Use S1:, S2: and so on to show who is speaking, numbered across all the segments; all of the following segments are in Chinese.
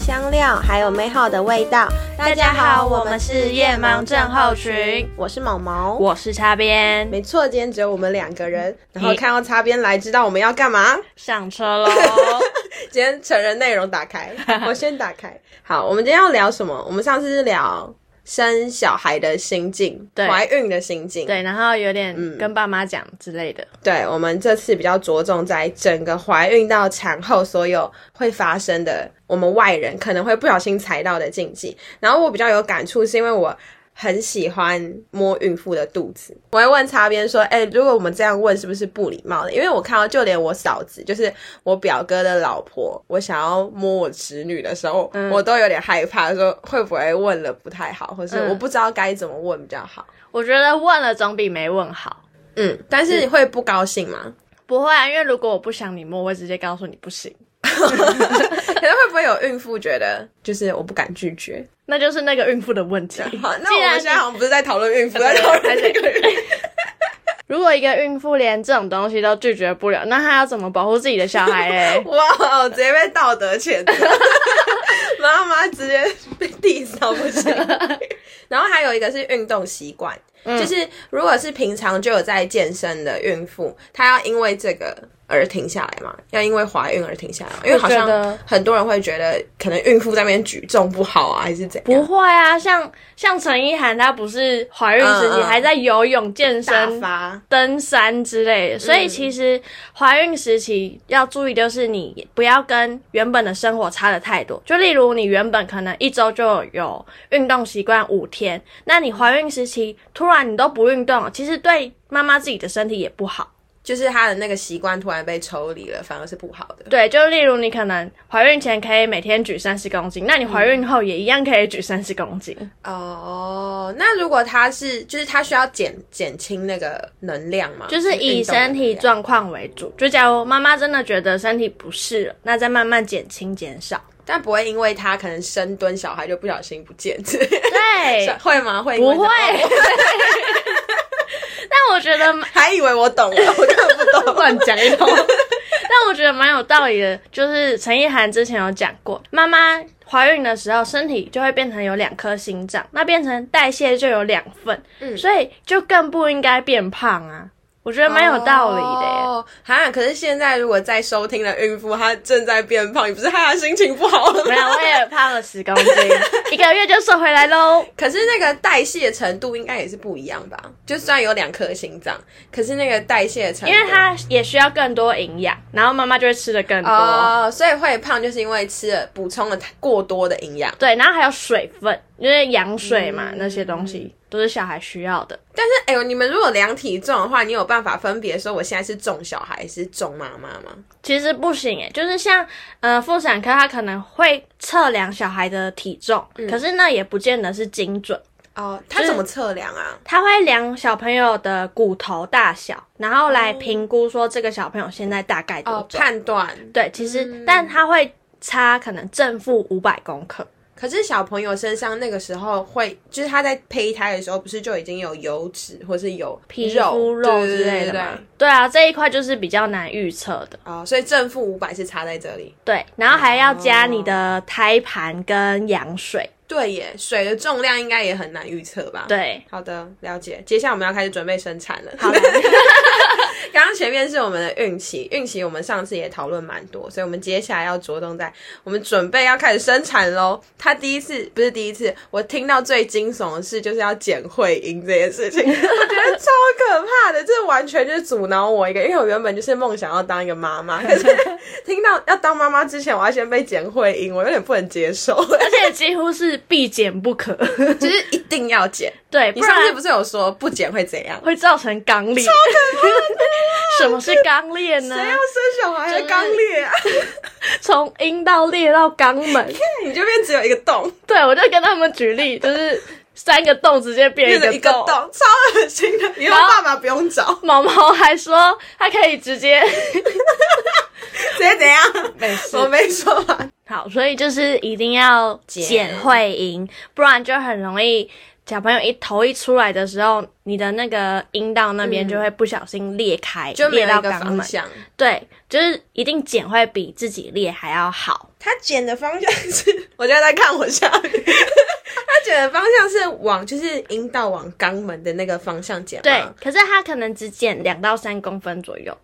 S1: 香料，还有美好的味道。
S2: 大家好，我们是夜盲症候群，
S1: 我是毛毛，
S2: 我是擦边，
S1: 哦没错，今天只有我们两个人。然后看到擦边来，知道我们要干嘛？
S2: 上车 喽！
S1: 今天成人内容打开，我先打开。好，我们今天要聊什么？我们上次是聊生小孩的心境，
S2: 对
S1: 怀嗯孕的心境。
S2: 对，然后有点跟爸妈讲之类的，
S1: 对，我们这次比较着重在整个怀孕到产后所有会发生的，我们外人可能会不小心踩到的禁忌。然后我比较有感触，是因为我很喜欢摸孕妇的肚子，我会问擦边说：“哎、如果我们这样问，是不是不礼貌的？”因为我看到，就连我嫂子，就是我表哥的老婆，我想要摸我侄女的时候，
S2: 嗯
S1: 我都有点害怕，说会不会问了不太好，或是
S2: 嗯
S1: 我不知道该怎么问比较好。
S2: 我觉得问了总比没问好。
S1: 嗯，但是会不高兴吗？
S2: 不会啊，因为如果我不想你摸，我会直接告诉你不行。
S1: 可能会不会有孕妇觉得，就是我不敢拒绝？
S2: 那就是那个孕妇的问题。
S1: 好，那
S2: 既
S1: 我
S2: 然
S1: 们
S2: 你
S1: 现在好像不是在讨论孕 妇，在
S2: 对
S1: 讨论那
S2: 对
S1: 个孕妇。？
S2: 如果一个孕妇连这种东西都拒绝不了，那她要怎么保护自己的小孩哎嘞
S1: 哇，直接被道德谴 责，妈妈直接被 diss 到不行。 然后还有一个是运动习惯，就是如果是平常就有在健身的孕妇，她要因为这个而停下来嘛？要因为怀孕而停下来吗？因为好
S2: 我觉
S1: 像
S2: 得
S1: 很多人会觉得，可能孕妇在那边举重不好啊，还是怎
S2: 不
S1: 样？
S2: 会啊，像像陈意涵，她不是怀孕时期
S1: 嗯嗯
S2: 还在游泳、健
S1: 大
S2: 身、
S1: 发，
S2: 登山之类的，所以其实怀孕时期要注意，就是你不要跟原本的生活差的太多。就例如你原本可能一周就有运动习惯五天，那你怀孕时期突然你都不运动，其实对妈妈自己的身体也不好。
S1: 就是她的那个习惯突然被抽离了，反而是不好的。
S2: 对，就例如你可能怀孕前可以每天举三十公斤，那你怀孕后也一样可以举三十公斤。
S1: 哦，那如果她是，就是她需要减减轻那个能量嘛，
S2: 就是以
S1: 运动的
S2: 身体
S1: 能量
S2: 状况为主，就假如妈妈真的觉得身体不适了，那再慢慢减轻减少。
S1: 但不会因为她可能深蹲小孩就不小心不 见之类的，
S2: 对，
S1: 会吗？会因为
S2: 不会
S1: 哦。
S2: 但我觉得蛮
S1: 还以为我懂 了，我根本不懂。
S2: 乱讲一通。 但我觉得蛮有道理的，就是陈意涵之前有讲过，妈妈怀孕的时候身体就会变成有两颗心脏，那变成代谢就有两份，
S1: 嗯
S2: 所以就更不应该变胖啊。我觉得蛮有道理的耶。
S1: 哦，哈！可是现在如果在收听的孕妇，她正在变胖，你不是害她心情不好了
S2: 没
S1: 吗？
S2: 有，我也胖了十公 斤，一个月就瘦回来喽。
S1: 可是那个代谢程度应该也是不一样吧？就虽然有两颗心脏，可是那个代谢程度，
S2: 因为它也需要更多营养，然后妈妈就会吃的更多。
S1: 哦，所以会胖就是因为吃了补充了太过多的营养。
S2: 对，然后还有水分，因为羊水
S1: 嗯
S2: 嘛，那些东西都是小孩需要的。
S1: 但是，哎呦，你们如果量体重的话，你有办法分别说我现在是重小孩还是重妈妈吗？
S2: 其实不行诶，就是像呃妇产科，它可能会测量小孩的体重，
S1: 嗯
S2: 可是那也不见得是精准。
S1: 哦，他怎么测量啊？
S2: 它会量小朋友的骨头大小，然后来评估说这个小朋友现在大概多
S1: 哦，嗯
S2: 重。
S1: 判断。
S2: 对，其实、但它会差可能正负五百公克。
S1: 可是小朋友身上那个时候会，就是他在胚胎的时候，不是就已经有油脂或是有
S2: 皮肤
S1: 肉
S2: 肉之类
S1: 对对对
S2: 的嘛
S1: 对对，
S2: 对啊，这一块就是比较难预测的。
S1: 哦，所以正负五百是差在这里。
S2: 对，然后还要加你
S1: 哦
S2: 的胎盘跟羊水。
S1: 对耶，水的重量应该也很难预测吧？。
S2: 对，
S1: 好的，了解。接下来我们要开始准备生产了。
S2: 好的，
S1: 刚刚前面是我们的孕期，孕期我们上次也讨论蛮多，所以我们接下来要着重在我们准备要开始生产喽。他第一次不是第一次，我听到最惊悚的事就是要剪会阴这件事情，我觉得超可怕的，这完全就是阻挠我一个，因为我原本就是梦想要当一个妈妈，可是 听到要当妈妈之前，我要先被剪会阴，我有点不能接受，欸
S2: 而且几乎是必减不可。
S1: 就是一定要剪。
S2: 对，
S1: 你
S2: 不
S1: 上次
S2: 然
S1: 不是有说不剪会怎样？
S2: 会造成肛裂。 什么是肛裂呢
S1: 谁？要生小孩还刚裂啊？
S2: 从阴道裂到肛门。
S1: 你就变只有一个洞。
S2: 对，我就跟他们举例，就是三个洞直接变
S1: 变成一
S2: 一
S1: 个
S2: 个
S1: 洞，
S2: 洞。
S1: 超恶心的，以后
S2: 然后
S1: 爸爸不用找，
S2: 毛毛还说，它可以直接
S1: 直接怎样？
S2: 没事
S1: 我没说完。
S2: 好，所以就是一定要
S1: 减
S2: 减会阴，不然就很容易小朋友一头一出来的时候，你的那个阴道那边就会不小心裂开，
S1: 就没
S2: 裂
S1: 有一
S2: 到
S1: 个
S2: 肛
S1: 方
S2: 门。
S1: 向。
S2: 对，就是一定剪会比自己裂还要好。
S1: 他剪的方向是，我现在在看我下面， 他剪的方向是往就是阴道往肛门的那个方向剪吗，
S2: 对，可是它可能只剪两到三公分左右，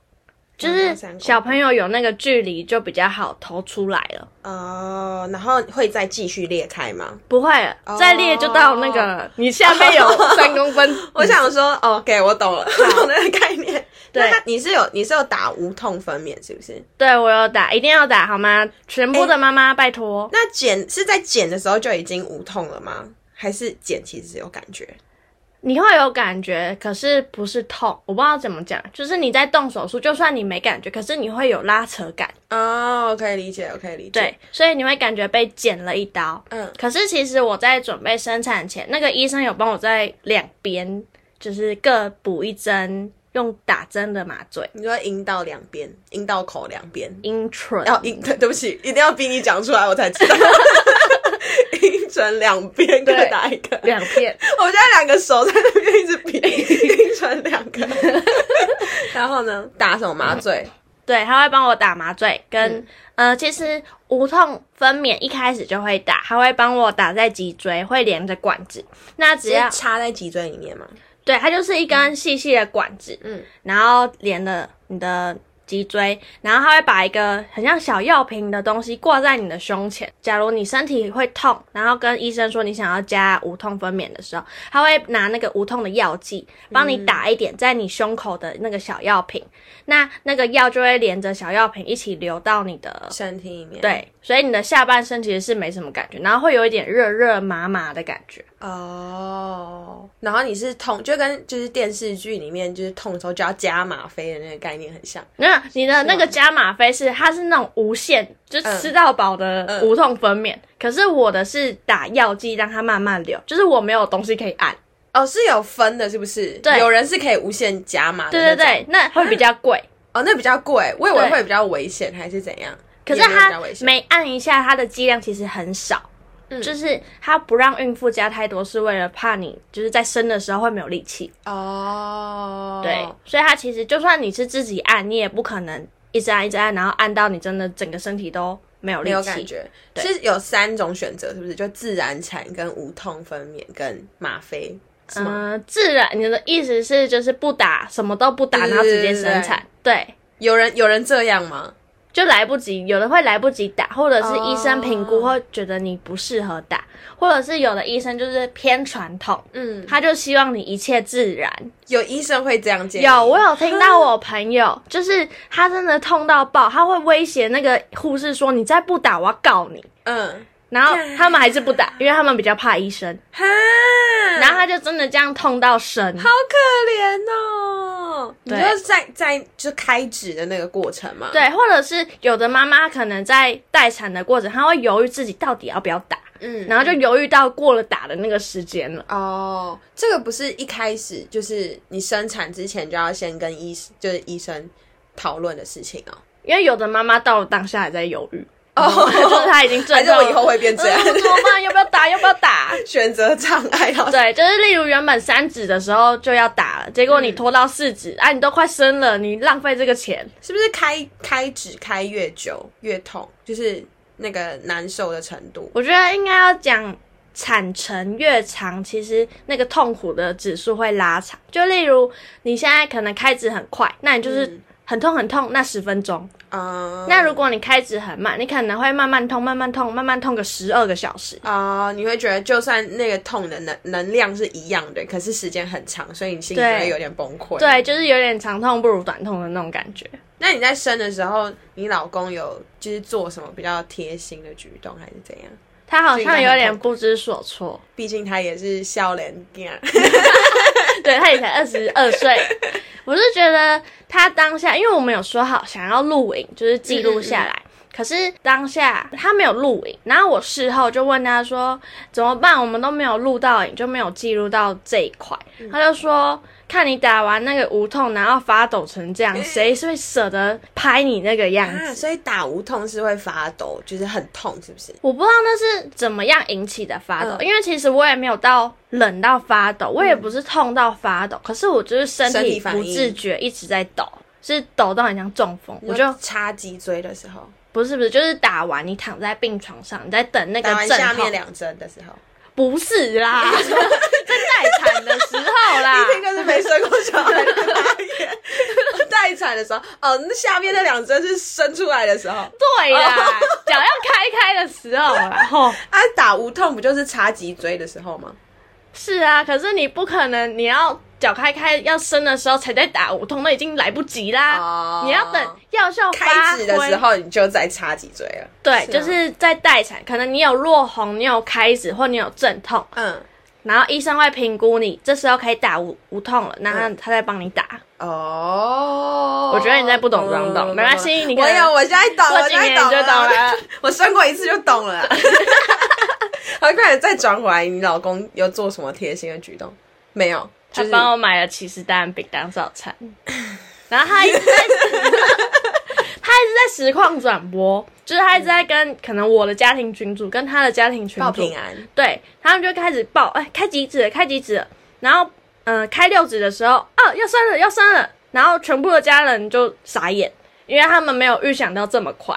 S2: 就是
S1: 2-3公分
S2: 小朋友有那个距离就比较好投出来了，
S1: 哦，然后会再继续裂开吗？
S2: 不会了再裂就到那个你下面有三公分。
S1: 哦 我想说、哦 o k 我懂了，我懂那个概念。
S2: 对
S1: 那他你是有你是有打无痛分娩是不是？
S2: 对我有打，一定要打好吗？全部
S1: 哎
S2: 的妈妈、拜托，
S1: 那剪是在剪的时候就已经无痛了吗？还是剪其实有感觉？
S2: 你会有感觉，可是不是痛，我不知道怎么讲，就是你在动手术，就算你没感觉，可是你会有拉扯感，
S1: 哦，我可以理解，我可以理解。
S2: 对，，所以你会感觉被剪了一刀。
S1: 嗯，
S2: 可是其实我在准备生产前，那个医生有帮我在两边就是各补一针，用打针的麻醉
S1: 你说阴道两边，阴道口两边，嗯
S2: 阴唇。
S1: 要哦阴 对，对不起，一定要逼你讲出来，我才 知道。阴唇两边各
S2: 对
S1: 打一个，
S2: 两片，
S1: 我现在两个手在那边一直 比阴唇两 个。然后呢，打什么麻醉？
S2: 对，他会帮我打麻醉，跟、
S1: 嗯
S2: 呃，其实无痛分娩一开始就会打，他会帮我打在脊椎，会连着管子。那只
S1: 只
S2: 要
S1: 要插在脊椎里面嘛。
S2: 对，它就是一根细细的管子，
S1: 嗯
S2: 嗯，然后连了你的脊椎，然后它会把一个很像小药瓶的东西挂在你的胸前。假如你身体会痛，然后跟医生说你想要加无痛分娩的时候，他会拿那个无痛的药剂帮你打一点在你胸口的那个小药瓶，那那个药就会连着小药瓶一起流到你的。
S1: 身体里面，，
S2: 对，所以你的下半身其实是没什么感觉，然后会有一点热热麻麻的感觉。
S1: 哦，然后你是痛，就跟就是电视剧里面就是痛的时候就要加吗啡的那个概念很像，
S2: 没有，你的那个加吗啡是它是那种无限，就是吃到饱
S1: 嗯
S2: 的无痛分娩。可是我的是打药剂让它慢慢流，就是我没有东西可以按。
S1: 哦，是有分的，是不是？
S2: 对
S1: 有人是可以无限加码的，
S2: 对对，对，那会比较 贵。
S1: 哦，那比较贵，我以为
S2: 对
S1: 会比较危险还是怎样？
S2: 可是
S1: 也没有比
S2: 它
S1: 较危险，
S2: 每按一下，它的剂量其实很少。
S1: 嗯
S2: 就是它不让孕妇加太多，是为了怕你就是在生的时候会没有力气。
S1: 哦，
S2: 对，所以它其实就算你是自己按，你也不可能一直按一直按，然后按到你真的整个身体都没有力
S1: 没有
S2: 气。
S1: 感觉，是有三种选择，是不是？就自然产、跟无痛分娩、跟吗啡，是吗？
S2: 嗯，自然，你的意思是就是不打，什么都不打，
S1: 对
S2: 然后直接生产？对，
S1: 有人有人这样吗？
S2: 就来不及，有的会来不及打，或者是医生评估
S1: 哦
S2: 会觉得你不适合打，或者是有的医生就是偏传统，
S1: 嗯，
S2: 他就希望你一切自然。
S1: 有医生会这样建议，
S2: 有，我有听到我朋友，就是他真的痛到爆，他会威胁那个护士说：“你再不打，我要告你。”
S1: 嗯，
S2: 然后他们还是不打，因为他们比较怕医生。
S1: 哈，
S2: 然后他就真的这样痛到生。
S1: 好可怜哦！你
S2: 对
S1: 就是在在就开指的那个过程嘛，，
S2: 对，或者是有的妈妈可能在待产的过程，她会犹豫自己到底要不要打，
S1: 嗯，
S2: 然后就犹豫到过了打的那个时间了。
S1: 哦，这个不是一开始就是你生产之前就要先跟医就是医生讨论的事情哦，
S2: 因为有的妈妈到了当下还在犹豫，
S1: 哦
S2: 就是她已经
S1: 还
S2: 准
S1: 是
S2: 到
S1: 我以后会变这样
S2: 嗯，怎么办？要不要打？要不要 打？
S1: 选择障碍啊，
S2: 对，就是例如原本三指的时候就要打了，结果
S1: 嗯
S2: 你拖到四指，啊，你都快生了，你浪费这个钱。
S1: 是不是开开指开越久越痛，就是那个难受的程度？
S2: 我觉得应该要讲产程越长，其实那个痛苦的指数会拉长。就例如你现在可能开指很快，那你就是
S1: 嗯
S2: 很痛很痛，那十分钟。
S1: 啊、
S2: 那如果你开指很慢，你可能会慢慢痛，慢慢痛，慢慢痛个十二个小时。
S1: 啊、你会觉得就算那个痛的能能量是一样的，可是时间很长，所以你心里
S2: 对
S1: 会有点崩溃。
S2: 对，就是有点长痛不如短痛的那种感觉。
S1: 那你在生的时候，你老公有就是做什么比较贴心的举动，还是怎样？
S2: 他好
S1: 所以
S2: 像
S1: 应该
S2: 有
S1: 很
S2: 点
S1: 痛
S2: 不知所措，
S1: 毕竟他也是笑脸 g
S2: 对他也才二十二岁。我是觉得他当下，因为我们有说好想要录影，就是记录下来。可是当下他没有录影，然后我事后就问他说怎么办？我们都没有录到影，就没有记录到这一块。他就说看你打完那个无痛，然后发抖成这样，谁是会舍得拍你那个样
S1: 啊，
S2: 子？
S1: 所以打无痛是会发抖，就是很痛，是不是？
S2: 我不知道那是怎么样引起的发抖，
S1: 嗯
S2: 因为其实我也没有到冷到发抖，我也不是痛到发抖，可是我就是身
S1: 身体
S2: 体
S1: 反
S2: 不
S1: 应
S2: 自觉一直在抖，是抖到很像中风，我就
S1: 你说插脊椎的时候，
S2: 不是不是，就是打完你躺在病床上，你在等那个
S1: 打完
S2: 阵
S1: 下面
S2: 痛，
S1: 两针的时候，
S2: 不是 啦，在待产的时候啦，
S1: 一听就是哦没生过小孩的发 言。待产的时候，哦，那下面那两针是生出来的时候
S2: 对啦，脚要开开的时候啦，吼。
S1: 啊，打无痛不就是插脊椎的时候吗？
S2: 是啊，可是你不可能，你要脚开开要生的时候才在打无痛，那已经来不及啦。
S1: 哦
S2: 啊你要等药效发
S1: 开
S2: 挥
S1: 指的时，候你就在插脊椎了。
S2: 对，
S1: 是啊
S2: 就是在待产，可能你有落红，你有开指或你有阵痛，
S1: 嗯，
S2: 然后医生会评估你，这时候可以打无无痛了，然后
S1: 嗯
S2: 他再帮你打。
S1: 哦，嗯
S2: 我觉得你在不懂装懂没关系你可
S1: 我
S2: 能
S1: 有，我现在懂，
S2: 过
S1: 我
S2: 几
S1: 现在
S2: 年你就懂了。
S1: 我生过一次就 懂了。好，快点再转回来，你老公有做什么贴心的举动？没有，就是
S2: 他帮我买了起司蛋饼当早 餐，然后他一直在， 他一直在实况转播，就是他一直在跟可能我的家庭群主跟他的家庭群
S1: 报
S2: 主
S1: 平安。
S2: 对，他们就开始报，哎、开几指了，开几指了，然后，嗯、开六指的时候，啊，要生了，要生了，然后全部的家人就傻眼，因为他们没有预想到这么快，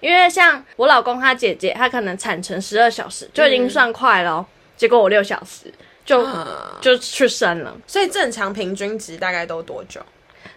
S2: 因为像我老公他姐姐，他可能产程十二小时就已经算快
S1: 嗯
S2: 了哦、结果我六小时就、
S1: 啊
S2: 就去生了。
S1: 所以正常平均值大概都多久？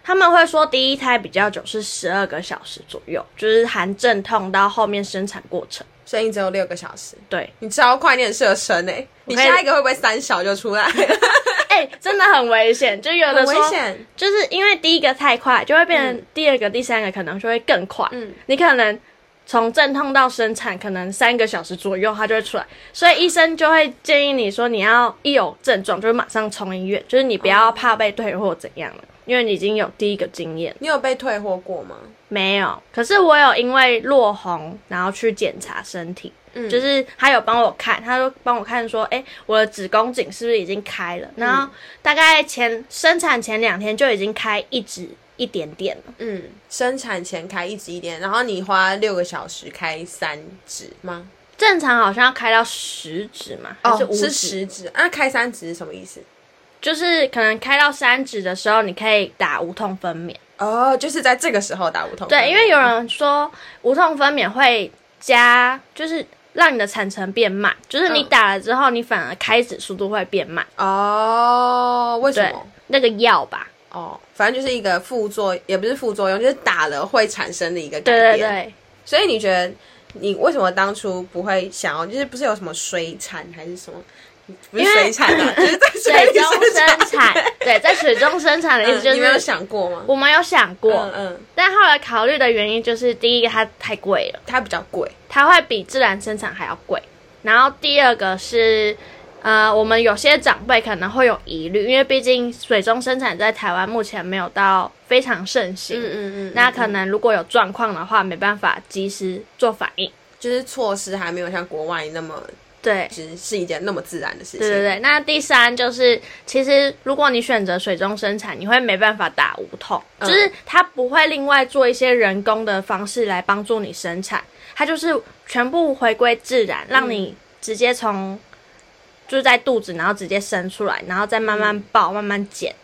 S2: 他们会说第一胎比较久，是十二个小时左右，就是含阵痛到后面生产过程。
S1: 所以你只有六个小时，
S2: 对，
S1: 你超快，你很适合生诶、你
S2: 可以
S1: 下一个会不会三小就出来？
S2: 哎、真的很危险，就有的
S1: 很
S2: 说
S1: 危险。
S2: 就是因为第一个太快，就会变成第二个、第三个可能就会更快。
S1: 嗯
S2: 你可能从阵痛到生产，可能三个小时左右它就会出来，所以医生就会建议你说，你要一有症状就马上冲医院，就是你不要怕被退货怎样了，因为你已经有第一个经验。
S1: 你有被退货过吗？
S2: 没有，可是我有因为落红，然后去检查身体。
S1: 嗯
S2: 就是他有帮我看，他就帮我看说，哎、我的子宫颈是不是已经开了？
S1: 嗯
S2: 然后大概前生产前两天就已经开一指一点点了，
S1: 嗯，生产前开一指一点，然后你花六个小时开三指吗？
S2: 正常好像要开到十指嘛，还哦是五指？
S1: 哦是十指啊？开三指是什么意思？
S2: 就是可能开到三指的时候，你可以打无痛分娩。
S1: 哦，嗯就是在这个时候打无痛分娩。
S2: 对，因为有人说无痛分娩会加，就是让你的产程变慢，就是你
S1: 嗯
S2: 打了之后，你反而开指速度会变慢。
S1: 哦，为什
S2: 对
S1: 么？，
S2: 那个药吧，
S1: 哦，反正就是一个副作，也不是副作用，就是打了会产生的一个改
S2: 对对
S1: 变。
S2: 对，
S1: 所以你觉得你为什么当初不会想要，就是不是有什么水产还是什么？不是
S2: 因为
S1: 水 产啊，就是在水
S2: 水
S1: 里
S2: 中
S1: 生
S2: 生产， 对，在水中生产的意思
S1: 嗯
S2: 就
S1: 你没有
S2: 是
S1: 想过吗？
S2: 我们有想过
S1: 嗯，嗯，
S2: 但后来考虑的原因就是，第一个它太贵了，
S1: 它比较贵，
S2: 它会比自然生产还要贵，然后第二个是。呃，我们有些长辈可能会有疑虑，因为毕竟水中生产在台湾目前没有到非常盛行，
S1: 嗯嗯
S2: 那可能如果有状况的话，没办法及时做反应。
S1: 就是措施还没有像国外那么，
S2: 对，
S1: 只是一件那么自然的事情。
S2: 对对对，那第三就是，其实如果你选择水中生产，你会没办法打无痛，
S1: 嗯
S2: 就是它不会另外做一些人工的方式来帮助你生产，它就是全部回归自然，让你直接从就是在肚子，然后直接生出来，然后再慢慢抱，慢慢减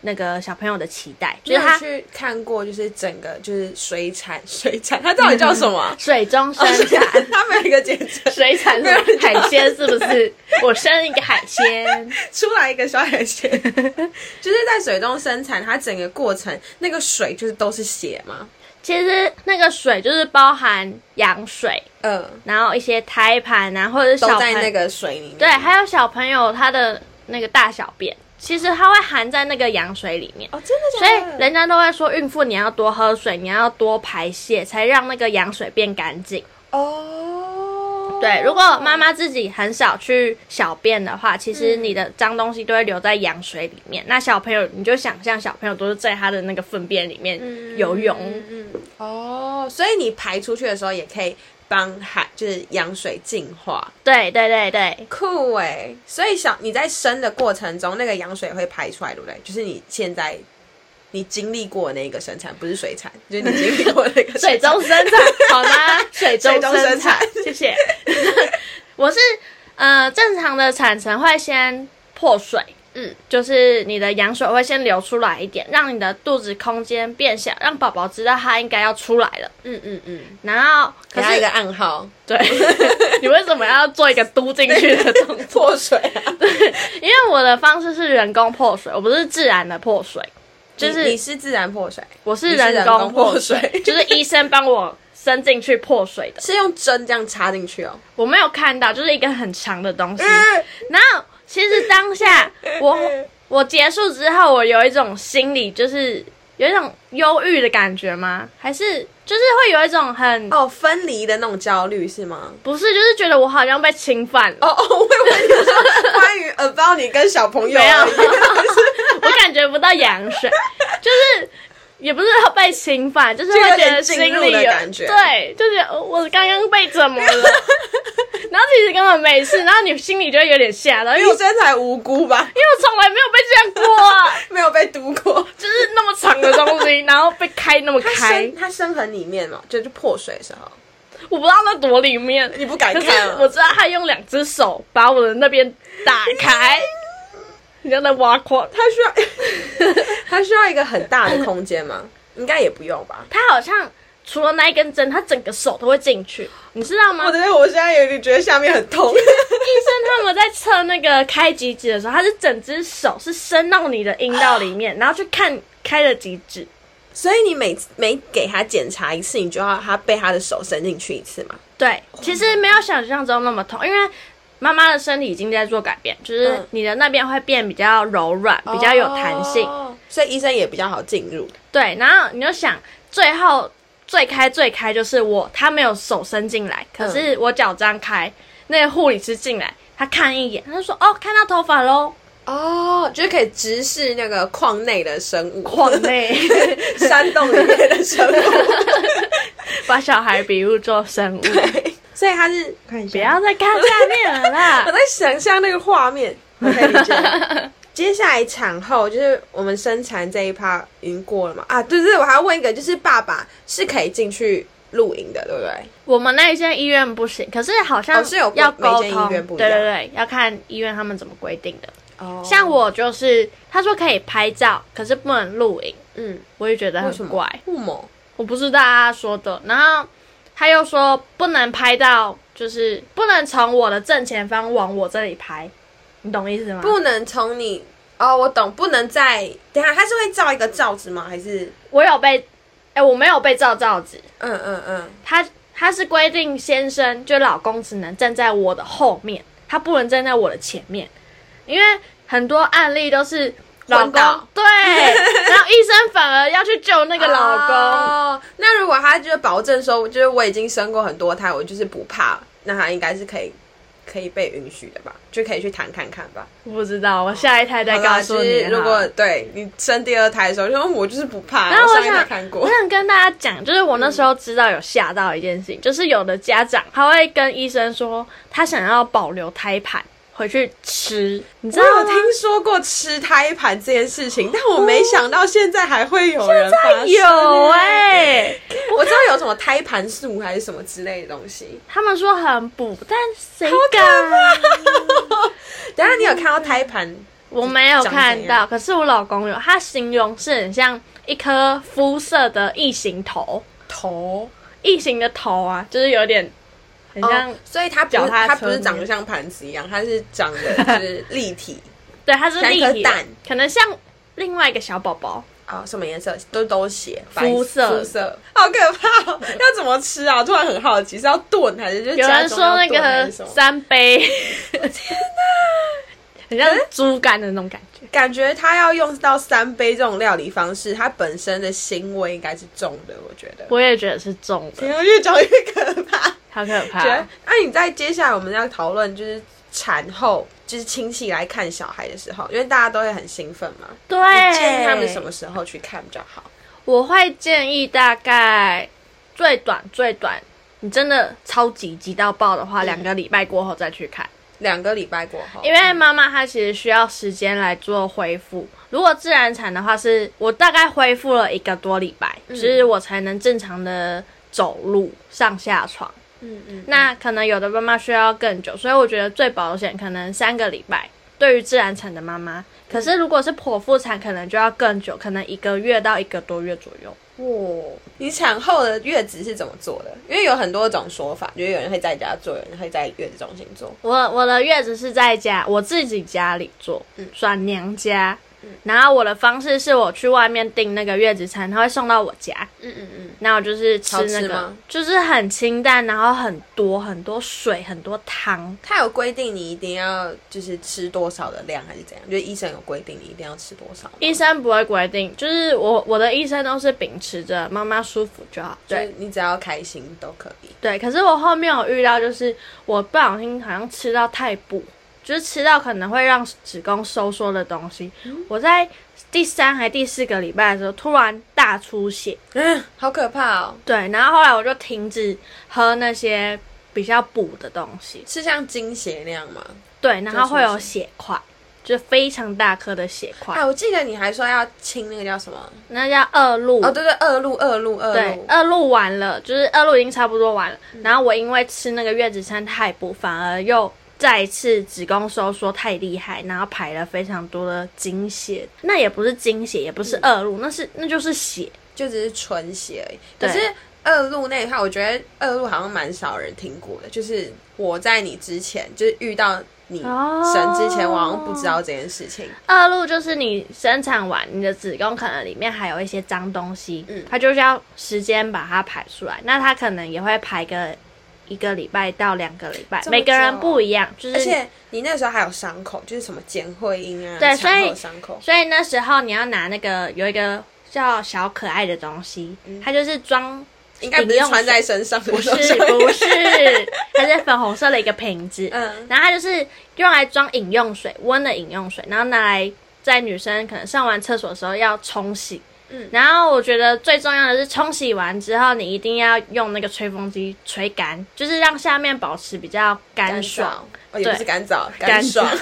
S2: 那个小朋友的脐带，
S1: 你
S2: 就
S1: 有
S2: 是它
S1: 去看过，就是整个就是水产， 水产它到底叫什么啊、
S2: 水中生
S1: 哦 水
S2: 产。
S1: 产，它每一个简称
S2: 水产是不是海鲜是不是？我生一个海鲜，
S1: 出来一个小海鲜，就是在水中生产，它整个过程那个水就是都是血嘛，
S2: 其实那个水就是包含羊水，
S1: 嗯、
S2: 然后一些胎盘啊，或者是小
S1: 都
S2: 朋
S1: 在
S2: 友
S1: 那个水里面。
S2: 对，还有小朋友他的那个大小便，其实它会含在那个羊水里面。
S1: 哦，真的
S2: 所
S1: 假的？
S2: 以人家都会说，孕妇你要多喝水，你要多排泄，才让那个羊水变干净。
S1: 哦，
S2: 对，如果妈妈自己很少去小便的
S1: 嗯
S2: 话，其实你的脏东西都会留在羊水里面。那小朋友，你就想象小朋友都是在他的那个粪便里面游泳。
S1: 嗯嗯哦，所以你排出去的时候也可以帮海，就是羊水净化，
S2: 对对对对，
S1: 酷哎！所以小你在生的过程中，那个羊水会排出来，对不对？就是你现在你经历过的那个生产，不是水产，就是 你经历过的那个
S2: 水
S1: 生产
S2: 中生 产好吗？水中
S1: 中生
S2: 生产，谢谢。 我是呃，正常的产程会先破水，
S1: 嗯，
S2: 就是你的羊水会先流出来一点，让你的肚子空间变小，让宝宝知道他应该要出来了。
S1: 嗯嗯嗯，
S2: 然后
S1: 给
S2: 可
S1: 他一
S2: 是
S1: 个暗号，
S2: 对， 你为什么要做一个嘟进去的动作？
S1: 破水啊！
S2: 因为我的方式是人工破水，我不是自然的破水，就
S1: 你你
S2: 是
S1: 是自然破水，
S2: 我是
S1: 你是
S2: 人
S1: 人
S2: 工
S1: 工
S2: 破
S1: 破
S2: 水，
S1: 水
S2: 就是医生帮我伸进去破水的。
S1: 是用针这样插进去哦。
S2: 我没有看到，就是一个很长的东西。
S1: 嗯
S2: 然后其实当下我我结束之后，我有一种心理就是有一种忧郁的感觉吗？还是就是会有一种很
S1: 哦，分离的那种焦虑是吗？
S2: 不是，就是觉得我好像被侵犯了。
S1: 哦哦，我以为你说关于 about 你跟小朋友
S2: 没有
S1: 而已，
S2: 我感觉不到羊水，就是也不是要被侵犯，就是会觉得心
S1: 就有点进
S2: 里
S1: 入的
S2: 有
S1: 感觉
S2: 对，就觉得呃我刚刚被怎么 了，然后其实根本没事，然后你心里就会有点吓到，因为 我
S1: 医生才无辜吧，
S2: 因为我从来没有被这样过、啊，
S1: 没有被毒过。
S2: 就是那么长的东西，然后被开那么
S1: 它
S2: 开
S1: 深，它深很里面嘛，就是破水的时候，
S2: 我不知道那多里面，
S1: 你不敢
S2: 可是
S1: 看啊
S2: 我知道他用两只手把我的那边打开，你像在挖矿。
S1: 它需要 它需要一个很大的空间吗？应该也不用吧。
S2: 他好像除了那一根针，他整个手都会进去，你知道吗？
S1: 我
S2: 医
S1: 觉得我现在有点觉得下面很痛，
S2: 生他们在测那个开几指的时候，他是整只手是伸到你的阴道里面，然后去看开了几指。
S1: 所以你每次每给他检查一次，你就要他被他的手伸进去一次嘛。
S2: 对，其实没有想象中那么痛，因为妈妈的身体已经在做改变，就是
S1: 嗯
S2: 你的那边会变比较柔软，比较有弹性。
S1: 哦所以医生也比较好进入。
S2: 对，然后你就想，最后最开最开就是我，他没有手伸进来，可
S1: 嗯
S2: 是我脚张开，那个护理师进来，他看一眼，他就说：“哦，看到头发喽，
S1: 哦，就是可以直视那个矿内的生物，
S2: 矿内
S1: 山洞里面的生 物。
S2: 把小孩比喻做 生物，
S1: 所以他是看一
S2: 不要再看下面了
S1: 我
S2: 啦。
S1: 在想象那个画 面，我可以理解。接下来产后就是我们生产这一趴已经过了嘛？啊，对对，我还要问一个，就是爸爸是可以进去露营的，对不对？”
S2: 我们那一间医院不行，可是好像
S1: 哦是有不
S2: 要
S1: 每
S2: 沟
S1: 间
S2: 通，
S1: 医院不一
S2: 对
S1: 样
S2: 对对，要看医院他们怎么规定的。
S1: 哦
S2: 像，我就是，他说可以拍照，可是不能录影，
S1: 嗯，
S2: 我也觉得
S1: 为什
S2: 很
S1: 么
S2: 怪。
S1: 父母
S2: 我不知道他说的。然后他又说不能拍到，就是不能从我的正前方往我这里拍，你懂意思吗？
S1: 不能从你哦，我懂，不能在等一下，他是会照一个罩子吗？还是
S2: 我有被，哎、我没有被照罩子。
S1: 嗯嗯嗯，
S2: 他他是规定先生就老公只能站在我的后面，他不能站在我的前面，因为很多案例都是。老公
S1: 昏倒
S2: 对，然后医生反而要去救那个老公，
S1: 哦那如果他就是保证说，就是我已经生过很多胎，我就是不怕，那他应该是可以可以被允许的吧？就可以去谈看看吧。
S2: 我不知道，我下一胎再
S1: 好啦
S2: 告诉
S1: 就
S2: 你
S1: 是
S2: 哈。
S1: 如果对你生第二胎的时候，就说嗯我就是不怕，
S2: 然后
S1: 我
S2: 我
S1: 上一胎
S2: 想，
S1: 看
S2: 我
S1: 过。
S2: 想跟大家讲，就是我那时候知道有吓到一件事情，
S1: 嗯
S2: 就是有的家长他会跟医生说他想要保留胎盘回去吃，你知
S1: 我
S2: 道
S1: 有
S2: 吗？哦
S1: 听说过吃胎盘这件事情，但我没想到现在还会有人发生
S2: 有
S1: 欸
S2: 哎、
S1: 我知道有什么胎盘素还是什么之类的东西。
S2: 他们说很补，但谁敢？
S1: 等一下你有看到胎盘？
S2: 我没有看
S1: 长怎
S2: 到，
S1: 样
S2: 可是我老公有，他形容是很像一颗肤色的异形头，
S1: 头
S2: 异形的头啊，就是有点很像，
S1: 哦，所以它不
S2: 脚
S1: 是
S2: 踏
S1: 它
S2: 车
S1: 不是
S2: 那
S1: 长
S2: 样
S1: 得像盘子一样，它是长得就是 立体
S2: 对，它是
S1: 像一
S2: 立
S1: 颗
S2: 体的
S1: 蛋，
S2: 可能像另外一个小宝宝。
S1: 啊、什么颜色都都写
S2: 肤色
S1: 肤色，好可 怕、哦！要怎么吃啊？突然很好奇，是要炖还是就是
S2: 有人
S1: 家
S2: 说
S1: 中要
S2: 那
S1: 炖还
S2: 个
S1: 是什么？
S2: 三 杯，天哪，很像猪肝的那种感觉。
S1: 感觉它要用到三杯这种料理方式，它本身的腥味应该是重的，我觉得。
S2: 我也觉得是重的，
S1: 天啊，越讲越可怕。
S2: 好可怕
S1: 觉得，那、你在接下来我们要讨论就是产后，就是亲戚来看小孩的时候，因为大家都会很兴奋嘛。
S2: 对，
S1: 你建议他们什么？时候去看比较好？
S2: 我会建议大概最短最短，你真的超级急到爆的
S1: 嗯
S2: 话，两个礼拜过后再去看。
S1: 两个礼拜过后，
S2: 因为妈妈她其实需要时间来做恢复。如果自然产的话是，我大概恢复了一个多礼拜，
S1: 嗯
S2: 就是我才能正常的走路、上下床。
S1: 嗯嗯，
S2: 那可能有的妈妈需要更久，所以我觉得最保险可能三个礼拜，对于自然产的妈妈。可是如果是剖腹产，可能就要更久，可能一个月到一个多月左右。
S1: 哇，你产后的月子是怎么做的？因为有很多种说法，就是有人会在家做，有人会在月子中心做。
S2: 我我的月子是在家，我自己家里做，
S1: 嗯
S2: 算娘家。然后我的方式是我去外面订那个月子餐，他会送到我家，
S1: 嗯嗯嗯，
S2: 那我就是吃
S1: 好吃
S2: 那个
S1: 吗，
S2: 就是很清淡，然后很多很多水，很多汤。
S1: 他有规定你一定要就是吃多少的量，还是怎样？就是医生有规定你一定要吃多少吗。
S2: 医生不会规定，就是我我的医生都是秉持着妈妈舒服就好。
S1: 就是
S2: 对
S1: 你只要开心都可以。
S2: 对，可是我后面有遇到，就是我不小心好像吃到太补，就是吃到可能会让子宫收缩的东西。我在第三还第四个礼拜的时候突然大出血，
S1: 嗯，好可怕哦！
S2: 对，然后后来我就停止喝那些比较补的东西，
S1: 是像惊血那样吗？
S2: 对，然后会
S1: 就
S2: 有
S1: 是
S2: 血块，就是非常大颗的血块，
S1: 哎，我记得你还说要清那个叫什么？
S2: 那叫恶露。
S1: 哦，对对，恶露，恶露，恶
S2: 对
S1: 露，。
S2: 二路完了，就是二路已经差不多完了。
S1: 嗯
S2: 然后我因为吃那个月子餐太补，反而又再一次子宫收缩太厉害，然后排了非常多的经血。那也不是经血，也不
S1: 嗯
S2: 是二路，那是那就是血。
S1: 就只是纯血而已。可
S2: 对
S1: 是恶露那一块，我觉得恶露好像蛮少人听过的。就是我在你之前，就是遇到你
S2: 哦
S1: 神之前，我好像不知道这件事情。
S2: 二路就是你生产完，你的子宫可能里面还有一些脏东西，
S1: 嗯
S2: 它就是要时间把它排出来。那它可能也会排个一个礼拜到两个礼拜，
S1: 这么
S2: 每个人
S1: 久
S2: 不一样，就是
S1: 而且你那时候还有伤口，就是什么剪会阴啊，
S2: 对
S1: 产
S2: 所
S1: 后
S2: 以
S1: 的伤口。
S2: 所以那时候你要拿那个有一个叫小可爱的东西，
S1: 嗯
S2: 它就是装
S1: 应该不是穿在身上的，
S2: 不
S1: 不
S2: 是不 是，它是粉红色的一个瓶子，
S1: 嗯
S2: 然后它就是用来装饮用水，温的饮用水，然后拿来在女生可能上完厕所的时候要冲洗。
S1: 嗯
S2: 然后我觉得最重要的是冲洗完之后，你一定要用那个吹风机吹干，就是让下面保持比较干
S1: 干
S2: 爽
S1: 爽。，哦，也不是干燥，
S2: 干
S1: 干爽。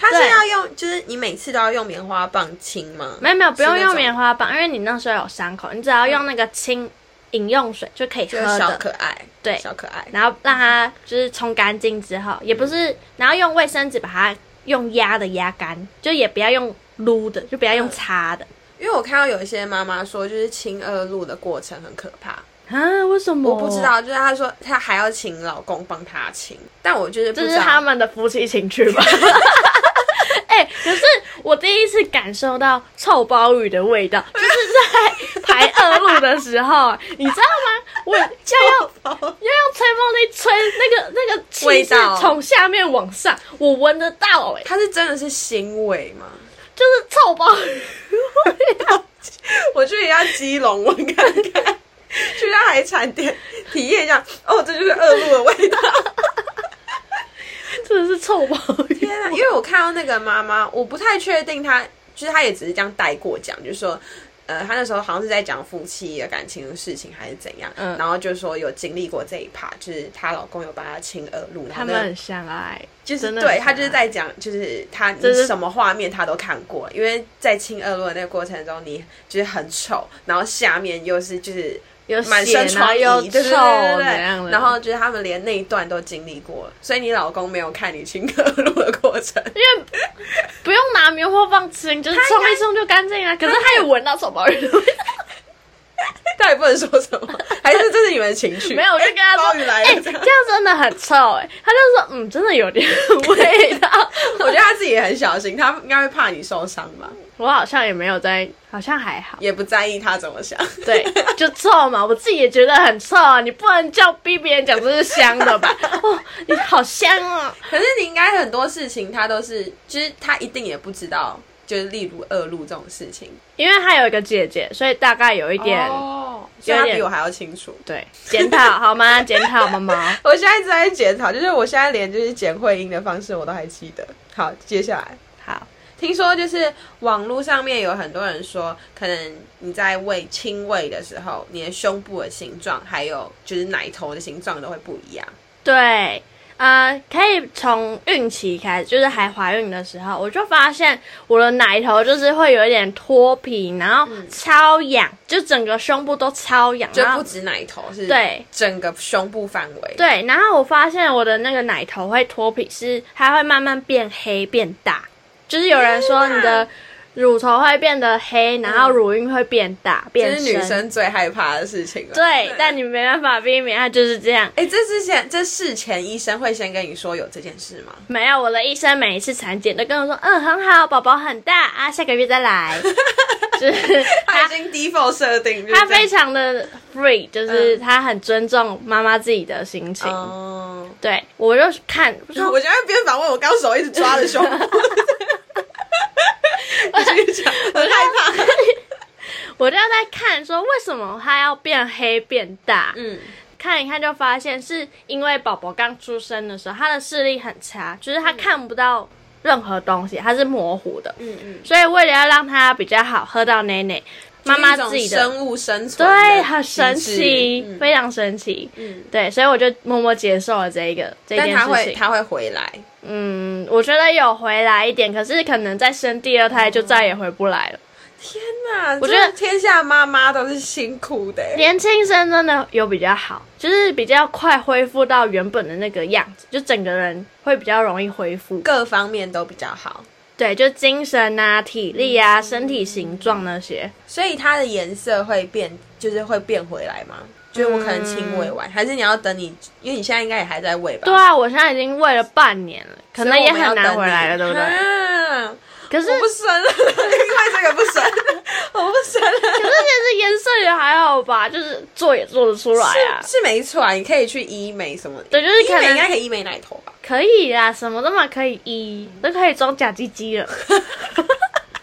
S1: 它是
S2: 对
S1: 要用，就是你每次都要用棉花棒清吗？
S2: 没有没有，不用
S1: 那
S2: 用
S1: 种
S2: 棉花棒，因为你那时候有伤口，你只要用那个清饮用水就可以喝
S1: 就是小
S2: 的。
S1: 可爱，
S2: 对
S1: 小可爱。
S2: 然后让它就是冲干净之后，也不是，然后用卫生纸把它用压的压干，就也不要用撸的，就不要用擦的。
S1: 因为我看到有一些妈妈说，就是清恶露的过程很可怕。
S2: 啊？为什么？
S1: 我不知，道，就是她说她还要请老公帮她清，但我就是不
S2: 这
S1: 知
S2: 是
S1: 道。
S2: 他们的夫妻情趣 吧？哎、可是我第一次感受到臭鲍鱼的味 道，就是在排二路的时候， 你知道吗？我就要要用吹风机吹那个那个气
S1: 味
S2: 是
S1: 道
S2: 从下面往上，我闻得到哎、
S1: 她是真的是腥味吗？
S2: 就是臭鲍鱼味道。
S1: 我去一下基隆， 我看看，去一下海产店体验一下。哦，这就是恶露的味道。
S2: 真的是臭鲍鱼。
S1: 天啊！因为我看到那个妈妈，我不太确定她，就是她也只是这样带过讲，就是说，呃，她那时候好像是在讲夫妻的感情的事情还是怎样，
S2: 嗯
S1: 然后就说有经历过这一趴，就是她老公有帮她清耳露，然
S2: 他
S1: 后
S2: 们
S1: 那
S2: 很相爱，
S1: 就是
S2: 真的
S1: 对
S2: 很
S1: 她就是
S2: 相爱
S1: 在讲，就是她
S2: 这
S1: 你
S2: 是
S1: 什么画面她都看过，因为在清耳露的那个过程中，你就是很丑，然后下面又是就是。
S2: 有
S1: 满
S2: 血
S1: 身
S2: 然后
S1: 疮
S2: 又臭
S1: 痍，对对对对对
S2: 那样的。
S1: 然后就是他们连那一段都经历过了，所以你老公没有看你清歌路的过程，
S2: 因为不用拿棉花棒清，就是冲一冲就干净啊了。可是他也闻到臭鲍鱼的味道，
S1: 他也不能说什么，还是这是你们的情 趣？
S2: 没有，我就跟他说
S1: 鲍鱼：“来
S2: 哎，
S1: 了，
S2: 这
S1: 这样
S2: 样真的很臭。”哎，他就说：“嗯，真的有点味 道。
S1: 我觉得他自己也很小心，他应该会怕你受伤吧，”
S2: 我好像也没有在，好像还好。
S1: 也不在意他怎么想。
S2: 对，就臭嘛，我自己也觉得很臭啊。你不能叫逼别人讲这是香的 吧？哦，你好香哦。
S1: 可是你应该很多事情他都是，就是他一定也不知道。就是例如恶露这种事情。
S2: 因为她有一个姐姐，所以大概有一点、
S1: 哦，所以他比我还要清楚。
S2: 对检讨，好吗？检讨毛毛。
S1: 我现在一直在检讨，就是我现在连就是剪会阴的方式我都还记得。好，接下来
S2: 好，
S1: 听说就是网络上面有很多人说，可能你在喂亲喂的时候，你的胸部的形状还有就是奶头的形状都会不一样。
S2: 对，呃，可以从孕期开始，就是还怀孕的时候，我就发现我的奶头就是会有一点脱皮，然后超痒，就整个胸部都超痒，
S1: 就
S2: 然
S1: 不
S2: 后
S1: 止奶头，是
S2: 对
S1: 整个胸部范围。，
S2: 对，然后我发现我的那个奶头会脱皮，是它会慢慢变黑变大，就是有人说你的乳头会变得黑，然后乳晕会变大变
S1: 这是女
S2: 深。
S1: 生最害怕的事情了。
S2: 对，但你没办法避免，它就是这样。
S1: 哎、这之前这事前医生会先跟你说有这件事吗？
S2: 没有，我的医生每一次产检都跟我说，嗯，很好，宝宝很大啊，下个月再来。 就是
S1: 他
S2: 他，
S1: 已经 default 设定就是这样，
S2: 他非常的 free，就是他很尊重妈妈自己的心情。
S1: 哦。
S2: 对我就看，我说
S1: 我觉得边访问我刚手一直抓着胸 部，你继续讲，很害怕。
S2: 我就在看说为什么它要变黑变大，
S1: 嗯，
S2: 看一看就发现是因为宝宝刚出生的时候，他的视力很差，就是他看不到任何东西，他是模糊的。
S1: 嗯嗯，
S2: 所以为了要让他比较好喝到奶奶， 妈妈自己
S1: 就是一种
S2: 的
S1: 生物生存的
S2: 对，很神
S1: 机制
S2: 奇，
S1: 嗯
S2: 非常神奇。
S1: 嗯，
S2: 对，所以我就默默接受了这一个这
S1: 但
S2: 件
S1: 他
S2: 事
S1: 会
S2: 情。
S1: 他会回来，
S2: 嗯，我觉得有回来一点，可是可能再生第二胎就再也回不来了。
S1: 嗯天哪！
S2: 我觉得
S1: 真的天下妈妈都是辛苦的欸，
S2: 年轻生真的有比较好，就是比较快恢复到原本的那个样子，就整个人会比较容易恢复。
S1: 各方面都比较好，
S2: 对，就精神啊、体力
S1: 嗯
S2: 啊、身体形状那些。
S1: 所以它的颜色会变，就是会变回来吗？就是我可能亲喂完，还是你要等你，因为你现在应该也还在喂吧？
S2: 嗯对啊，我现在已经喂了半年了，可能也很难回来了，对不对？
S1: 对？
S2: 可是
S1: 我不生了，因为这个不生， 我不生
S2: 可
S1: 了。
S2: 是其实颜色也还好吧，就是做也做得出来啊。
S1: 是没错啊，你可以去医美什么的。
S2: 对就是
S1: 医
S2: 可能
S1: 美应该可以医美奶头吧？
S2: 可以啦，什么都嘛可以医，都可以装假鸡鸡 了。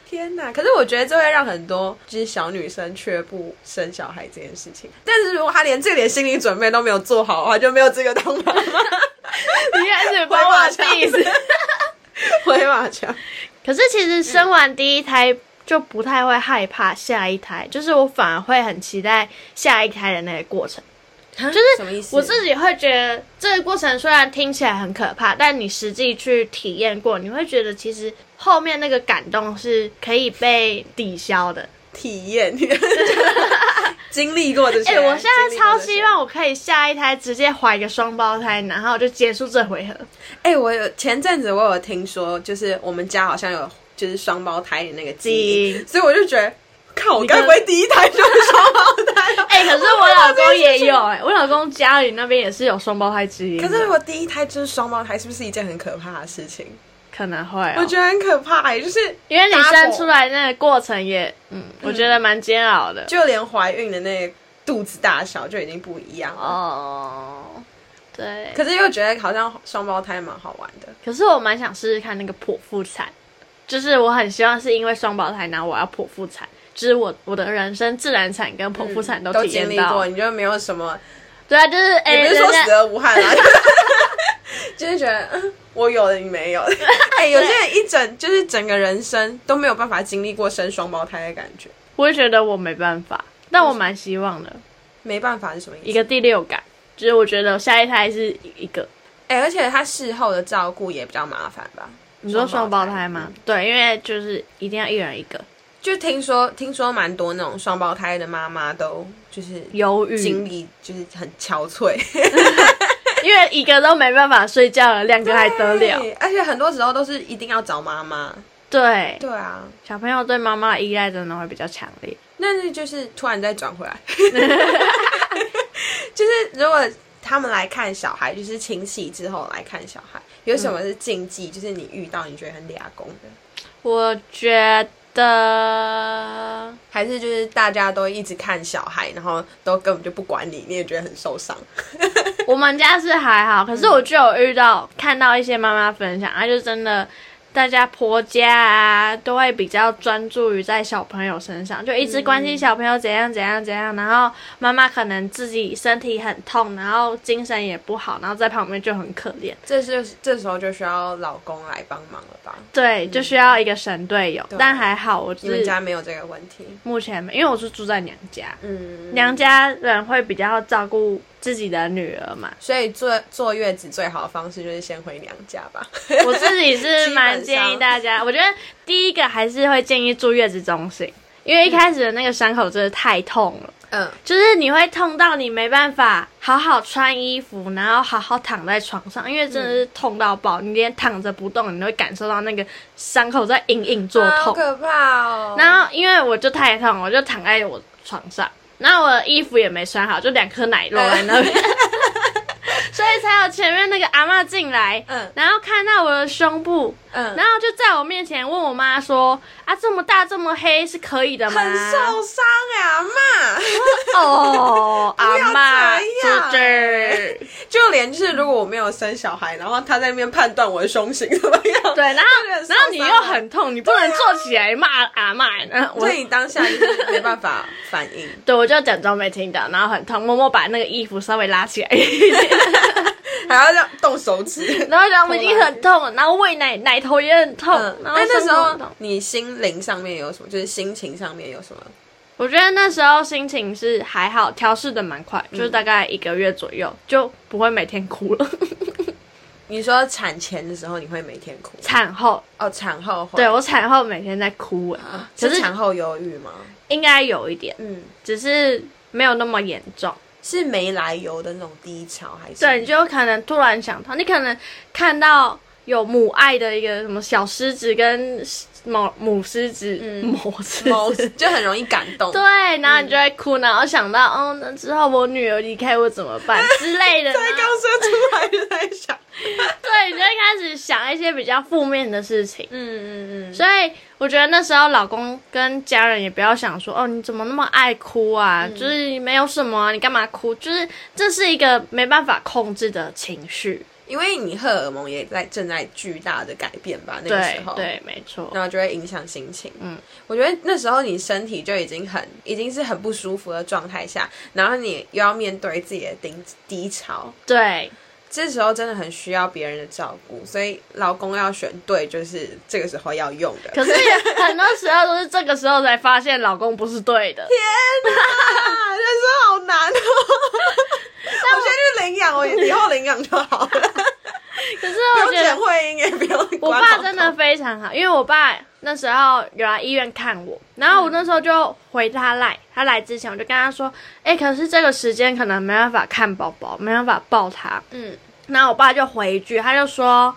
S1: 天哪！可是我觉得这会让很多就是小女生却步生小孩这件事情。但是如果她连这点心理准备都没有做好的话，就没有资格当妈 妈。
S2: 你开始帮
S1: 回
S2: 我
S1: 马枪
S2: 意思。
S1: 回马枪，
S2: 可是其实生完第一胎就不太会害怕下一胎，就是我反而会很期待下一胎的那个过程。
S1: 就是什么意思？
S2: 我自己会觉得这个过程虽然听起来很可怕，但你实际去体验过，你会觉得其实后面那个感动是可以被抵消的。
S1: 体验 经历过这些。
S2: 哎、我现在
S1: 经历过
S2: 超
S1: 这些
S2: 希望我可以下一胎直接怀一个双胞胎，然后就结束这回 合。
S1: 哎、我有前阵子我有听说，就是我们家好像有就是双胞胎的那个基
S2: 基
S1: 因，所以我就觉得，看我
S2: 跟
S1: 该不会第一胎就是双胞胎啊吧？
S2: 哎、可是我老公也有
S1: 我
S2: 哎、我老公家里那边也是有双胞胎基因
S1: 不
S2: 的，
S1: 知道这件事情。可是如果第一胎就是双胞胎，是不是一件很可怕的事情？
S2: 可能会、
S1: 我
S2: 哦，
S1: 觉得很可怕、哎，就是
S2: 因为你
S1: double
S2: 生出来那个过程也，嗯，我觉得蛮煎熬的。
S1: 就连怀孕的那个肚子大小就已经不一样了。
S2: 哦，对，
S1: 可是又觉得好像双胞胎蛮好玩的，
S2: 可是我蛮想试试看那个剖腹产，就是我很希望是因为双胞胎，然后我要剖腹产，就是我我的人生自然产跟剖腹产都
S1: 嗯都
S2: 体
S1: 经
S2: 验
S1: 历
S2: 到。
S1: 过，你就没有什么，
S2: 对啊，就是哎，
S1: 也不是说
S2: 人家
S1: 死而无憾啦， 就是觉得嗯我有的你没 有。哎、有些人一整就是整个人生都没有办法经历过生双胞胎的感觉，
S2: 我也觉得我没办法，但我蛮希望的，
S1: 没办法是什么意思？
S2: 一个第六感，就是我觉得下一胎是一个。
S1: 哎、而且他事后的照顾也比较麻烦吧？
S2: 你说双胞胎吗？
S1: 嗯
S2: 对，因为就是一定要一人一个。
S1: 就听说听说蛮多那种双胞胎的妈妈都就是
S2: 忧郁，
S1: 经历就是很憔悴，
S2: 因为一个都没办法睡觉了，两个还 得了？
S1: 对而且很多时候都是一定要找妈妈。
S2: 对，
S1: 对啊，
S2: 小朋友对妈妈的依赖真的会比较强烈。
S1: 那是就是突然再转回 来，就是如果他们来看小孩，就是亲戚之后来看小孩，有什
S2: 嗯
S1: 么是禁忌？就是你遇到你觉得很俩公的，
S2: 我觉得
S1: 还是就是大家都一直看小孩，然后都根本就不管你，你也觉得很受伤。
S2: 我们家是还好，可是我就有遇到看到一些妈妈分享，她就真的。大家婆家啊，都会比较专注于在小朋友身上，就一直关心小朋友怎样怎样怎样。然后妈妈可能自己身体很痛，然后精神也不好，然后在旁边就很可怜。
S1: 这就是这时候就需要老公来帮忙了吧？
S2: 对，就需要一个神队友。但还好，我
S1: 嗯你们
S2: 是
S1: 家没有这个问题，
S2: 目前没，因为我是住在娘家，
S1: 嗯，
S2: 娘家人会比较照顾自己的女儿嘛。
S1: 所以坐坐月子最好的方式就是先回娘家吧。
S2: 我自己是
S1: 基本上
S2: 蛮建议大家，我觉得第一个还是会建议住月子中心，因为一开始的那个伤口真的太痛了。
S1: 嗯，
S2: 就是你会痛到你没办法好好穿衣服，然后好好躺在床上，因为真的
S1: 嗯
S2: 是痛到爆，你连躺着不动，你都会感受到那个伤口在隐隐作
S1: 啊好
S2: 痛。
S1: 可怕哦。
S2: 然后因为我就太痛，我就躺在我床上，然后我的衣服也没穿好，就两颗奶露在那边，
S1: 嗯
S2: 所以才有前面那个阿嬷进来，
S1: 嗯
S2: 然后看到我的胸部，
S1: 嗯，
S2: 然后就在我面前问我妈说：“啊，这么大这么黑是可以的吗？”
S1: 很受伤哎、阿妈。
S2: 哦，阿妈，
S1: 这样
S2: 对
S1: 就连就是如果我没有生小孩，然后他在那边判断我的胸型怎么样，
S2: 对，然后
S1: 就很受
S2: 然后你
S1: 伤
S2: 又
S1: 啊
S2: 很痛，你不能坐起来骂阿妈，然后我
S1: 所以你当下就是没办法反 应。
S2: 对我就假装没听到，然后很痛，默默把那个衣服稍微拉起来一点。
S1: 还要这样动手指。
S2: 然后讲我已经很痛了，然后喂奶奶头也很痛，
S1: 嗯，
S2: 然后
S1: 那那时
S2: 胸口很
S1: 候
S2: 痛
S1: 你心灵上面有什么？就是心情上面有什么？
S2: 我觉得那时候心情是还好，调试的蛮快，
S1: 嗯
S2: 就是大概一个月左右就不会每天哭了。
S1: 你说产前的时候你会每天哭，
S2: 产后，
S1: 哦，产后会
S2: 对我产后每天在哭，哎
S1: 啊，
S2: 可
S1: 是
S2: 是
S1: 产后忧郁吗？
S2: 应该有一点，
S1: 嗯，
S2: 只是没有那么严重。
S1: 是没来由的那种低潮还是？
S2: 对，你就可能突然想到，你可能看到有母爱的一个什么小狮子跟某母狮子，
S1: 嗯
S2: 母狮
S1: 某嗯
S2: 子。
S1: 就啊很容易感动。
S2: 对，然后你就会哭，然后想到，哦，那之后我女儿离开我怎么 办之类的呢，
S1: 才刚生出来就在想，
S2: 对，你就会开始想一些比较负面的事情。
S1: 嗯嗯嗯，
S2: 所以我觉得那时候老公跟家人也不要想说，哦，你怎么那么爱哭啊？
S1: 嗯
S2: 就是没有什么啊，你干嘛哭？就是这是一个没办法控制的情绪。
S1: 因为你荷尔蒙也在正在巨大的改变吧，那个时
S2: 对
S1: 候，
S2: 对，没错。
S1: 然后就会影响心情。嗯
S2: 嗯，
S1: 我觉得那时候你身体就已经很已经是很不舒服的状态下，然后你又要面对自己的低低潮，
S2: 对，
S1: 这时候真的很需要别人的照顾，所以老公要选对，就是这个时候要用的。
S2: 可是很多时候都是这个时候才发现老公不是对 的。
S1: 啊，人生好 难哦！我先去领养，我以后领养就好 了，
S2: 可是
S1: 不
S2: 我
S1: 用
S2: 觉
S1: 剪
S2: 得
S1: 会阴也不用
S2: 我
S1: 管老
S2: 爸
S1: 公
S2: 真的非常好，因为我爸那时候有来医院看我，然后我那时候就回他来，他来之前我就跟他说，哎、可是这个时间可能没办法看宝宝，没办法抱他。
S1: 嗯，
S2: 然后我爸就回一句，他就说：“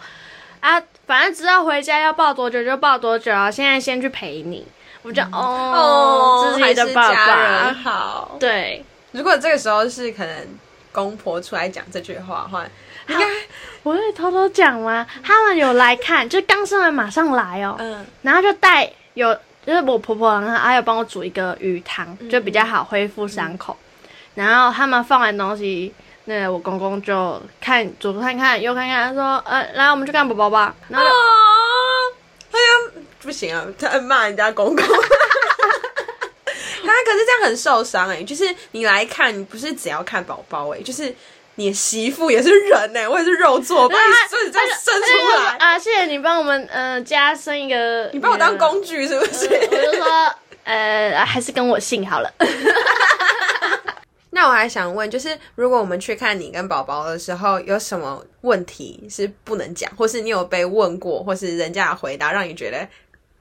S2: 啊，反正知道回家要抱多久就抱多久啊，现在先去陪你。”我就哦，
S1: 嗯哦，
S2: 自己的爸
S1: 还是家人
S2: 爸，
S1: 好。
S2: 对，
S1: 如果这个时候是可能公婆出来讲这句话的话，应该
S2: 我可以偷偷讲吗？他们有来看，就刚生完马上来哦，
S1: 嗯
S2: 然后就带有，就是我婆婆然后还有帮我煮一个鱼汤，
S1: 嗯
S2: 就比较好恢复伤口。然后他们放完东西，那我公公就看左看看右看看，他说：“呃，来，我们去看宝宝吧。”然
S1: 啊
S2: 后就
S1: 哦， 哎呀，不行啊，他骂人家公公。他 可是这样很受伤哎、就是你来看，你不是只要看宝宝哎，就是你的媳妇也是人哎、我也是肉做，把你所以这样生出来，
S2: 啊！谢谢你帮我们呃家生一个，
S1: 你把我当工具是不
S2: 呃我
S1: 是？
S2: 就说呃还是跟我姓好了。
S1: 那我还想问，就是如果我们去看你跟宝宝的时候，有什么问题是不能讲，或是你有被问过，或是人家的回答让你觉得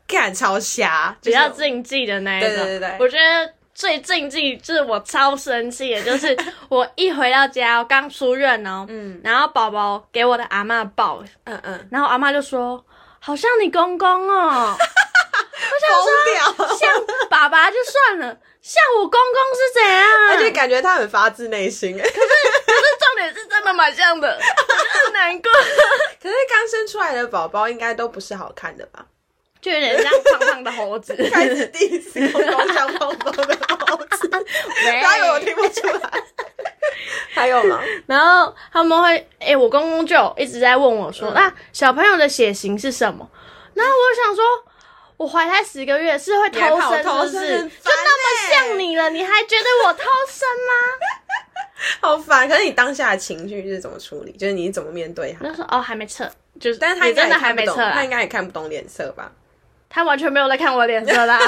S1: 干超瞎，
S2: 比
S1: 就是
S2: 较禁忌的那一种。
S1: 对对对对
S2: 我觉得最禁忌就是我超生气的，就是 我一回到家，我刚出院哦，
S1: 嗯
S2: 然后宝宝给我的阿嬷抱，
S1: 嗯嗯，
S2: 然后阿嬷就说：“好像你公公 哦，
S1: 疯掉。
S2: 像爸爸就算了，像我公公是怎样？”
S1: 而且感觉他很发自内心。嗯 可
S2: 重点是真的蛮像 的，很难 过，
S1: 是刚生出来的宝宝应该都不是好看的吧？
S2: 就有点像胖胖的猴子。
S1: 开始第一次公公像包包的包 子，
S2: 没
S1: 大家以为我听不出来。 还有吗？
S2: 然后
S1: 嗯
S2: 他们会，哎、我公公就一直在问我说，那、小朋友的血型是什么？然后我就想说，我怀胎十个月是会偷
S1: 你还怕我偷
S2: 生，是不
S1: 生
S2: 是？
S1: 很
S2: 就
S1: 烦
S2: 那么
S1: 欸
S2: 像你了，你还觉得我偷生吗？
S1: 好烦。可是你当下的情绪是怎么处理？就是你是怎么面对他？
S2: 那时候哦还没测，就是，
S1: 但是他
S2: 你
S1: 应该
S2: 真
S1: 也
S2: 的
S1: 看
S2: 还
S1: 不
S2: 没
S1: 懂，
S2: 测、啊
S1: 他应，该也看不懂脸色吧？
S2: 他完全没有在看我脸色 啦。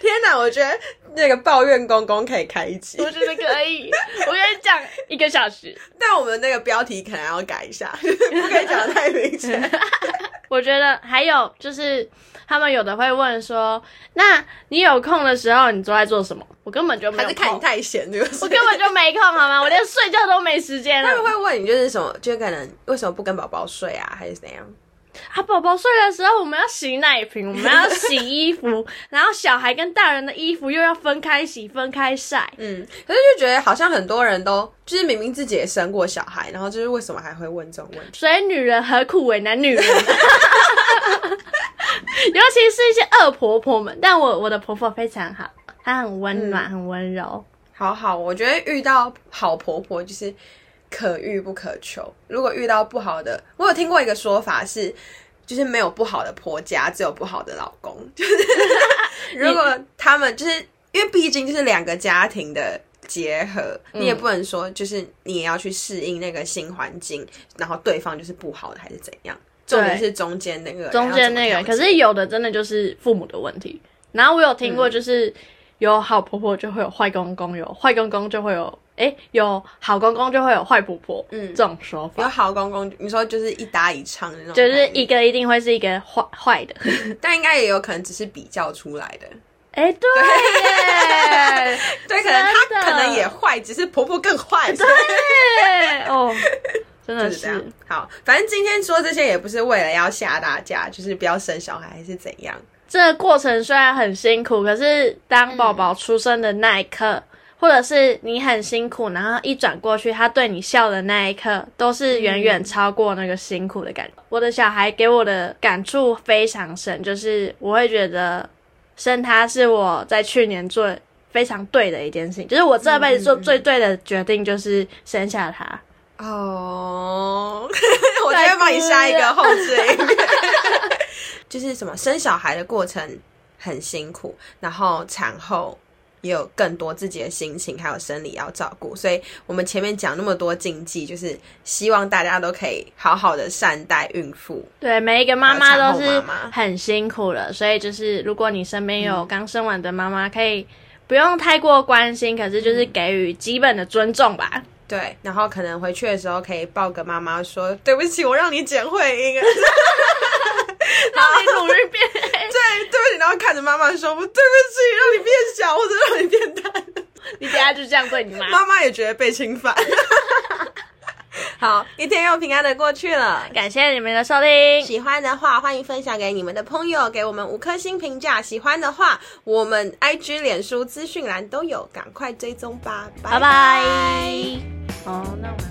S1: 天哪，我觉得那个抱怨公公可以开一集，
S2: 我觉得可以，哎我跟你讲一个小时。
S1: 但我们那个标题可能要改一下， 不可以讲得太明显。
S2: 我觉得还有就是，他们有的会问说，那你有空的时候你都在做什么？我根本就没
S1: 还
S2: 有
S1: 是
S2: 空，
S1: 看你太闲，对不对？
S2: 我根本就没空，好 吗？我连睡觉都没时间
S1: 他们
S2: 了。
S1: 会问你，就是什么，就可能为什么不跟宝宝睡啊，还是怎样？
S2: 啊，宝宝睡的时候我们要洗奶瓶，我们要洗衣服， 然后小孩跟大人的衣服又要分开洗、分开晒。
S1: 嗯，可是就觉得好像很多人都就是明明自己也生过小孩，然后就是为什么还会问这种问题？
S2: 所以女人何苦为难女人？ 尤其是一些恶婆婆们，但我我的婆婆非常好，她很温
S1: 嗯
S2: 暖，很温柔。
S1: 好好，我觉得遇到好婆婆就是可遇不可求。如果遇到不好的，我有听过一个说法是，就是没有不好的婆家，只有不好的老公。 就是如果他们就是因为毕竟就是两个家庭的。结合，你
S2: 嗯
S1: 也不能说就是你也要去适应那个新环境，然后对方就是不好的还是怎样。重点是中间那个人
S2: 中间那
S1: 要
S2: 个，
S1: 怎么调
S2: 可
S1: 节
S2: 是有的真的就是父母的问题。然后我有听过，就是、有好婆婆就会有坏公公，有坏公公就会有，哎、有好公公就会有坏婆婆，嗯，这种说
S1: 有
S2: 法，
S1: 好公公，你说就是一搭一唱的那种概
S2: 就
S1: 念，
S2: 是一个一定会是一个坏坏 的。
S1: 但应该也有可能只是比较出来的。
S2: 哎、 对耶，
S1: 对，可能
S2: 真
S1: 她
S2: 的
S1: 可能也坏，只是婆婆更坏。对，
S2: 对哦，真的
S1: 就是
S2: 是
S1: 这样。好，反正今天说这些也不是为了要吓大家，就是不要生小孩还是怎样。
S2: 这个过程虽然很辛苦，可是当宝宝出生的那一刻，或者是你很辛苦，然后一转过去，他对你笑的那一刻，都是远远超过那个辛苦的感觉。我的小孩给我的感触非常深，就是我会觉得生他是我在去年做得非常对的一件事情，就是我这辈子做最对的决定就是生下他。
S1: 哦， 我就会帮你下一个后置 音乐。就是什么生小孩的过程很辛苦，然后产后也有更多自己的心情还有生理要照顾，所以我们前面讲那么多禁忌，就是希望大家都可以好好的善待孕妇。
S2: 对，每一个妈妈都
S1: 还有
S2: 是
S1: 产后妈妈
S2: 很辛苦的，所以就是如果你身边有刚生完的妈妈，可以不用太过关心，可是就是给予基本的尊重吧。
S1: 对，然后可能回去的时候可以抱个妈妈说：“对不起，我让你剪会 阴。”
S2: 到底努力变，哎
S1: 对，对不起，然后看着妈妈说：“我对不起，让你变小或者让你变大。
S2: 你等下就这样对你”妈。
S1: 妈妈也觉得被侵犯。 好，一天又平安的过去了。
S2: 感谢你们的收听，
S1: 喜欢的话，欢迎分享给你们的朋友，给我们五颗星评价。喜欢的话，我们 IG、脸书资讯栏都有，赶快追踪吧。
S2: 拜拜。哦，那我。